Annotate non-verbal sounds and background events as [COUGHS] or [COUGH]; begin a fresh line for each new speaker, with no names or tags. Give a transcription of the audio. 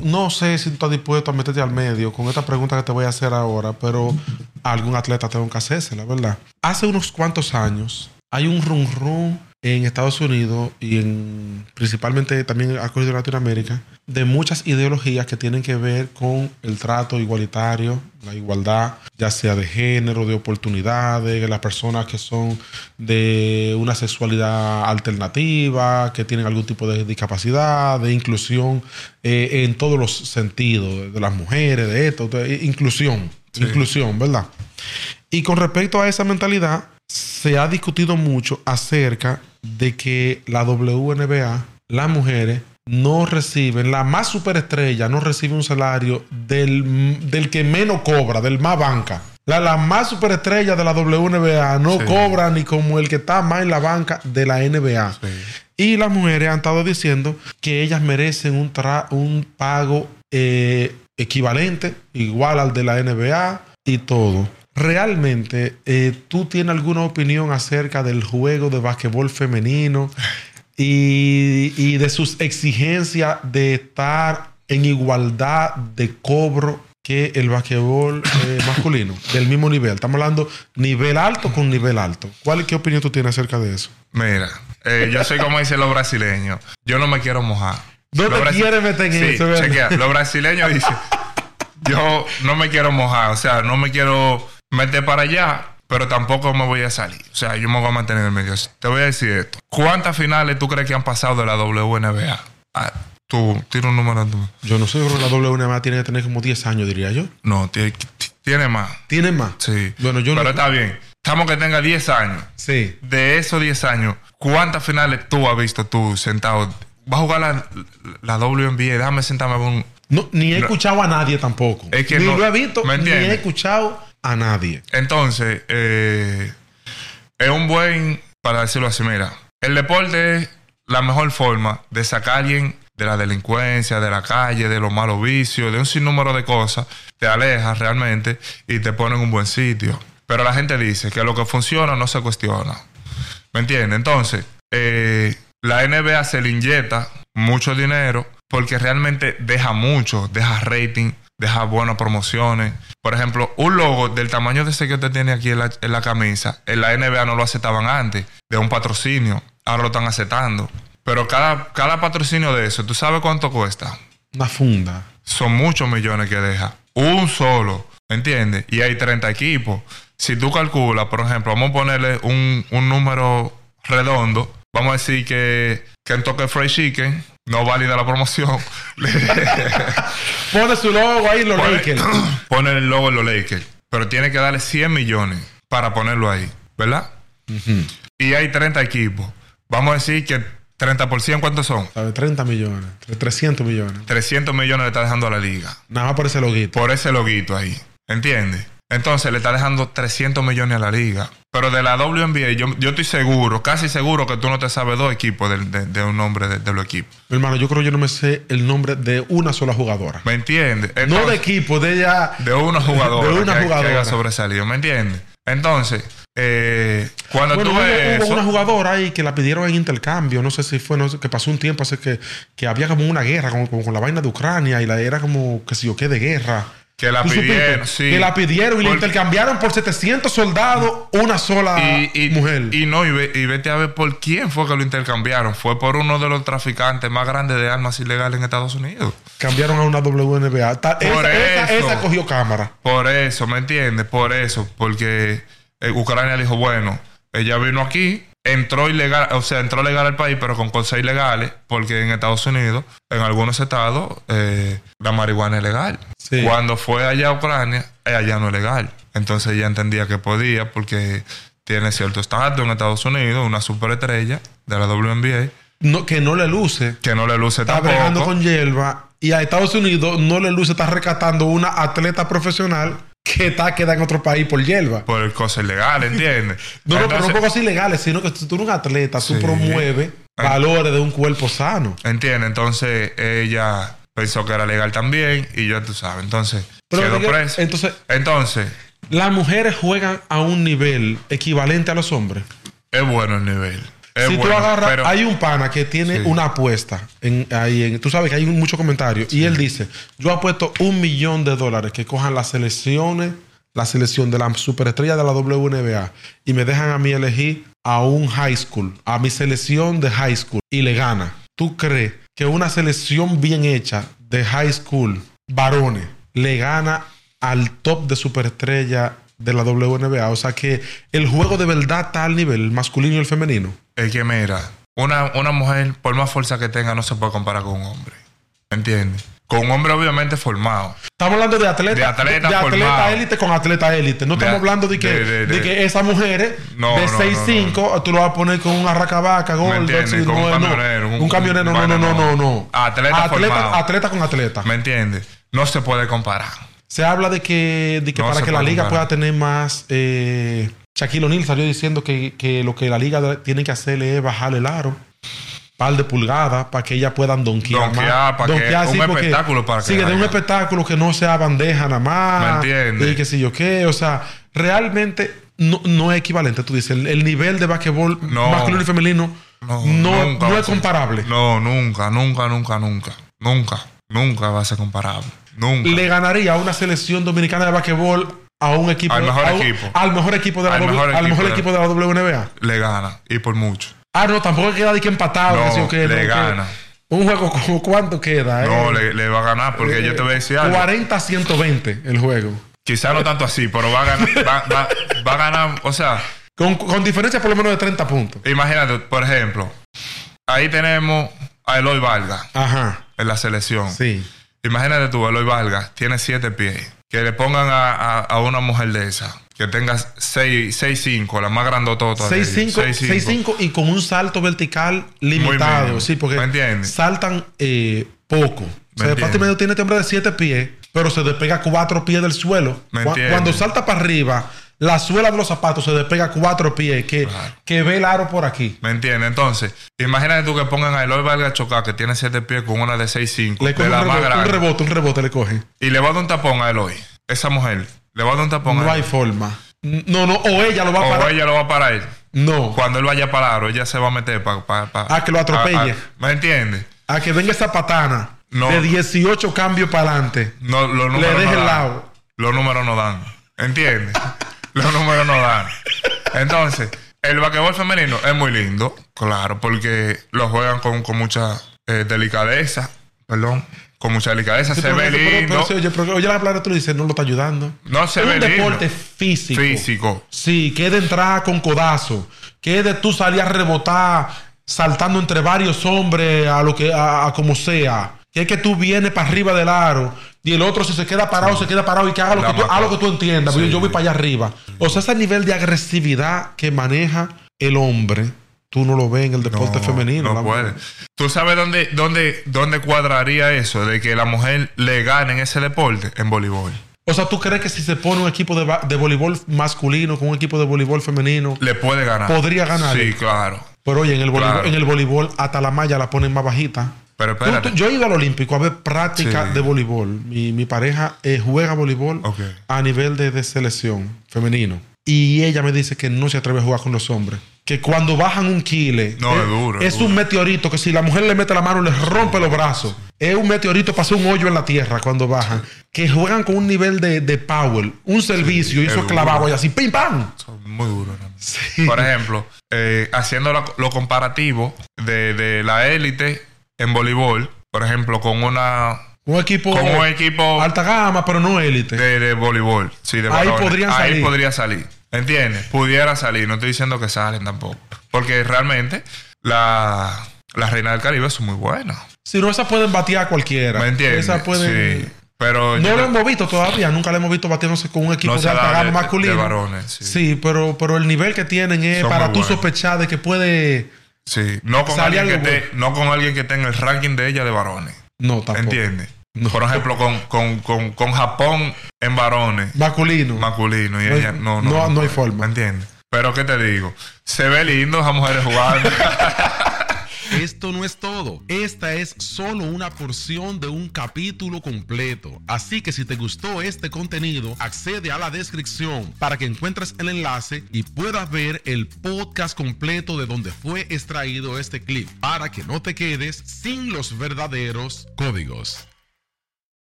no sé si tú estás dispuesto a meterte al medio con esta pregunta que te voy a hacer ahora, pero a algún atleta tengo que hacerse, la verdad. Hace unos cuantos años hay un rum rum en Estados Unidos y en principalmente también acorde de Latinoamérica de muchas ideologías que tienen que ver con el trato igualitario, la igualdad, ya sea de género, de oportunidades, las personas que son de una sexualidad alternativa, que tienen algún tipo de discapacidad, de inclusión eh, en todos los sentidos, de las mujeres, de esto, de inclusión, sí. inclusión, ¿verdad? Y con respecto a esa mentalidad, se ha discutido mucho acerca de que la WNBA, las mujeres, no reciben, la más superestrella no recibe un salario del, del que menos cobra, del más banca. La, la más superestrella de la WNBA no sí. cobra ni como el que está más en la banca de la NBA. Sí. Y las mujeres han estado diciendo que ellas merecen un, tra un pago eh, equivalente, igual al de la NBA y todo. Realmente, eh, ¿tú tienes alguna opinión acerca del juego de básquetbol femenino y, y, de sus exigencias de estar en igualdad de cobro que el básquetbol eh, masculino, del mismo nivel? Estamos hablando nivel alto con nivel alto. ¿Cuál, ¿Qué opinión tú tienes acerca de eso?
Mira, eh, yo soy como dicen los brasileños, yo no me quiero mojar.
No los te quieres meter en sí, eso.
Chequea, los brasileños dicen, yo no me quiero mojar, o sea, no me quiero meter para allá, pero tampoco me voy a salir. O sea, yo me voy a mantener en el medio. Te voy a decir esto. ¿Cuántas finales tú crees que han pasado de la WNBA? Ah, tú, tira un número.
Yo no sé, creo que la WNBA tiene que tener como 10 años, diría yo.
No, tiene, tiene más.
¿Tiene más?
Sí. Bueno, yo Pero no... está bien. Estamos que tenga 10 años.
Sí.
De esos 10 años, ¿cuántas finales tú has visto tú sentado? ¿Vas a jugar la, la WNBA? Déjame sentarme a ver un...
No, ni he escuchado a nadie tampoco.
Es que
ni
no,
lo he visto, ni he escuchado a nadie.
Entonces, eh, es un buen, para decirlo así, mira, el deporte es la mejor forma de sacar a alguien de la delincuencia, de la calle, de los malos vicios, de un sinnúmero de cosas, te alejas realmente y te pone en un buen sitio. Pero la gente dice que lo que funciona no se cuestiona. ¿Me entiendes? Entonces, eh, la NBA se le inyecta mucho dinero porque realmente deja mucho, deja rating, deja buenas promociones. Por ejemplo, un logo del tamaño de ese que usted tiene aquí en la, en la, camisa, en la NBA no lo aceptaban antes, de un patrocinio, ahora lo están aceptando. Pero cada, cada patrocinio de eso, ¿tú sabes cuánto cuesta?
Una funda.
Son muchos millones que deja. Un solo, ¿me entiendes? Y hay 30 equipos. Si tú calculas, por ejemplo, vamos a ponerle un, un número redondo, vamos a decir que Kentucky Fried Chicken no válida la promoción. [LAUGHS]
pone su logo ahí en los
pone,
Lakers.
[COUGHS] Pone el logo en los Lakers. Pero tiene que darle 100 millones para ponerlo ahí, ¿verdad? Uh -huh. Y hay 30 equipos. Vamos a decir que 30%, ¿cuántos son?
Sabe, 30 millones, 300 millones.
300 millones le está dejando a la liga.
Nada más por ese loguito.
Por ese loguito ahí, ¿entiendes? Entonces le está dejando 300 millones a la liga. Pero de la WNBA, yo, yo estoy seguro, casi seguro que tú no te sabes dos equipos de, de, de un nombre de, de, los equipos.
hermano, yo creo que yo no me sé el nombre de una sola jugadora.
¿Me entiendes?
No de equipo, [LAUGHS] de ella.
De una jugadora. De una que, jugadora. Que haya sobresalido, ¿me entiendes? Entonces, eh, cuando
bueno,
tú
ves hubo eso, una jugadora ahí que la pidieron en intercambio, no sé si fue, no sé, que pasó un tiempo hace que, que había como una guerra, como, como, con la vaina de Ucrania y la era como, que si yo qué, de guerra.
Que la pidieron, sí.
Que la pidieron y la intercambiaron por 700 soldados una sola
y, y,
mujer.
Y no, y, ve, y, vete a ver por quién fue que lo intercambiaron. Fue por uno de los traficantes más grandes de armas ilegales en Estados Unidos.
Cambiaron a una WNBA. Ta,
por
esa, eso, esa, esa, cogió cámara.
Por eso, ¿me entiendes? Por eso. Porque eh, Ucrania dijo, bueno, ella vino aquí, entró ilegal, o sea, entró legal al país, pero con cosas ilegales, porque en Estados Unidos, en algunos estados, eh, la marihuana es legal. Sí. Cuando fue allá a Ucrania, allá no es legal. Entonces ella entendía que podía, porque tiene cierto estatus en Estados Unidos, una superestrella de la WNBA.
No, que no le luce.
Que no le luce
Está
tampoco.
bregando con hierba. Y a Estados Unidos no le luce, está rescatando una atleta profesional que está queda en otro país por hierba.
Por cosas ilegales, ¿entiendes?
[LAUGHS] no, no, pero no por cosas ilegales, sino que si tú eres un atleta, tú sí. promueves
Ah.
valores de un cuerpo sano.
¿Entiendes? Entonces ella pensó que era legal también y ya tú sabes. Entonces, pero quedó porque, preso.
Entonces,
entonces,
las mujeres juegan a un nivel equivalente a los hombres.
Es bueno el nivel. Es
si
bueno,
tú agarras,
pero-
hay un pana que tiene
Sí.
una apuesta. En, ahí en- tú sabes que hay un- muchos comentarios. Y él dice: Yo apuesto un millón de dólares que cojan las selecciones, la selección de la superestrella de la WNBA y me dejan a mí elegir a un high school, a mi selección de high school y le gana. ¿Tú crees que una selección bien hecha de high school, varones, le gana al top de superestrella de la WNBA? O sea que el juego de verdad está al nivel, el masculino y el femenino.
Es que mira, una, una mujer, por más fuerza que tenga, no se puede comparar con un hombre. ¿Me entiendes? Con un hombre obviamente formado.
Estamos hablando de atleta,
De atleta
de
formado.
atleta élite con atleta élite. No
De
estamos
a-
hablando de que,
de- de- de-
de que esas mujeres
No,
de
no, no,
6'5 tú lo vas a poner con un arracabaca,
¿Me
gordo,
entiendes?
así,
Con un
no, no.
camionero, un-
Un camionero, no,
bueno,
no, no, no,
no.
no.
Atleta formado.
atleta, atleta con atleta.
¿Me entiendes? No se puede comparar.
Se habla de que, de que
No
para
se
que la
puede
liga
comparar.
pueda tener más. Eh, Shaquille O'Neal salió diciendo que, que lo que la liga tiene que hacerle es bajarle el aro, par de pulgadas, para que ellas puedan donkear.
Donkear,
más.
para que- un
porque-
espectáculo para que
Sí, que dé un
haya.
espectáculo que no sea bandeja nada más.
¿Me entiendes?
Y que si yo qué. O sea, realmente no, no es equivalente. Tú dices, el, el nivel de básquetbol
No.
masculino y femenino no,
nunca
no
va a
es
ser-
comparable.
No, nunca, nunca, nunca, nunca. Nunca, nunca va a ser comparable. Nunca.
le ganaría a una selección dominicana de basquetbol a un equipo
Al mejor
a un-
equipo.
al mejor equipo de la
Al
W- al
mejor
mejor,
equipo de-
equipo de la WNBA
le gana. Y por mucho.
ah no tampoco queda de que empatado
No,
que Ah, sí o qué,
le
no, que-
gana.
un juego como cuánto queda eh?
No, le, le va a ganar porque yo te voy a decir algo.
40 120 el juego
Quizá no tanto así, pero va a ganar.
[LAUGHS]
va- va- va a ganar. O sea,
con, con diferencia por lo menos de 30 puntos
imagínate, por ejemplo, ahí tenemos a Eloy Vargas
ajá
en la selección.
sí
Imagínate tú, Eloy Vargas tiene siete pies. Que le pongan a, a- a una mujer de esa, que tenga 6'5, la más grandotota. de ellas,
6-5 6-5 y con un salto vertical limitado.
mínimo.
Sí, porque
¿Me entiendes?
saltan eh, poco. O sea,
¿Me
de parte
entiendes?
medio tiene este hombre de 7 pies, pero se despega 4 pies del suelo.
¿Me
Cu-
entiendes?
Cuando salta para arriba, la suela de los zapatos se despega 4 pies, que,
Claro.
que ve el aro por aquí.
¿Me entiendes? Entonces, imagínate tú que pongan a Eloy Vargas a chocar, que tiene siete pies con una de 6'5,
Le
de
coge un
la más
rebote, un
grande.
rebote, un rebote le coge.
Y le va a dar un tapón a Eloy. Esa mujer. Le va a dar un tapón
No
a
hay
Eloy.
forma. No, no, o ella lo va a
O
parar.
ella lo va a parar.
No,
Cuando él vaya a parar, ella se va a meter para...
Ah, que lo atropelle.
¿Me entiendes?
a que venga esa patana
No.
de 18 cambios para adelante.
No, los
Le
números
deje
no
el
dan.
lado.
Los números no dan. ¿Entiendes? [LAUGHS] los números no dan. Entonces, el vaquebol femenino es muy lindo, claro, porque lo juegan con, con mucha eh, delicadeza. Perdón. Con mucha delicadeza. se
Pero-
ve
pero- pero-
lindo.
pero- oye, pero- oye, la palabra tú le dices, no lo está ayudando.
no se
es
ve
un
lindo.
deporte físico.
Físico.
Sí, que es de entrada con codazo, que es de tú salir a rebotar saltando entre varios hombres a lo que a, a como sea. Que es que tú vienes para arriba del aro y el otro si se queda parado, se queda parado y que haga lo
La
que, tú,
mató.
haga lo que tú entiendas. porque
Sí.
Yo voy para allá arriba. O sea, ese nivel de agresividad que maneja el hombre, tú no lo ves en el deporte
No,
femenino.
No
la-
puede. ¿Tú sabes dónde, dónde, dónde cuadraría eso de que la mujer le gane en ese deporte? En voleibol.
O sea, ¿tú crees que si se pone un equipo de, ba- de voleibol masculino con un equipo de voleibol femenino?
Le puede ganar.
Podría ganar.
Sí, claro.
Pero oye, en el voleibol,
Claro.
en el voleibol hasta la malla la ponen más bajita.
Pero
Tú-
espérate.
tú- yo he ido al Olímpico a ver práctica
Sí.
de voleibol. Mi, mi pareja eh, juega voleibol
Ok.
a nivel de, de selección femenino. Y ella me dice que no se atreve a jugar con los hombres. Que cuando bajan un kile, eh,
No, es duro, es
un meteorito que si la mujer le mete la mano le rompe los brazos. Es un meteorito para hacer un hoyo en la tierra cuando bajan. Que juegan con un nivel de, de power, un servicio y
es
eso
duro.
clavado y así, ¡pim, pam!
Son muy duros. ¿no?
Sí.
Por ejemplo, eh, haciendo lo, lo comparativo de, de la élite en voleibol, por ejemplo, con una
Un equipo
con un equipo
alta gama, pero no élite.
de, de voleibol. Sí, de
Ahí
varones.
podrían
Ahí
salir.
podría salir. ¿Entiendes? Pudiera salir. No estoy diciendo que salen tampoco. Porque realmente la, la Reina del Caribe son muy buenas.
Si no, esas pueden batear a cualquiera.
¿Me entiendes?
Esas pueden.
Sí. Pero yo
No lo
creo-
hemos visto todavía, nunca lo hemos visto batiéndose con un equipo
no
de
se
alta
da
gama
de, de-
masculino.
de varones. Sí.
sí, pero, pero el nivel que tienen es
Son
para
muy
tú
buenos.
sospechar de que puede.
Sí. No, con
Sale
alguien que
algo
esté- no con alguien que esté en el ranking de ella de varones.
No, tampoco.
¿Entiendes?
No.
Por ejemplo, con, con, con, con Japón en varones
Masculino.
masculino. Y
No hay-
ella no,
no-
no,
no hay
puede.
forma. [LAUGHS]
¿Me entiendes? Pero ¿qué te digo? Se ve lindo esas mujeres jugando.
Esto no es todo. Esta es solo una porción de un capítulo completo. Así que si te gustó este contenido, accede a la descripción para que encuentres el enlace y puedas ver el podcast completo de donde fue extraído este clip para que no te quedes sin los verdaderos códigos.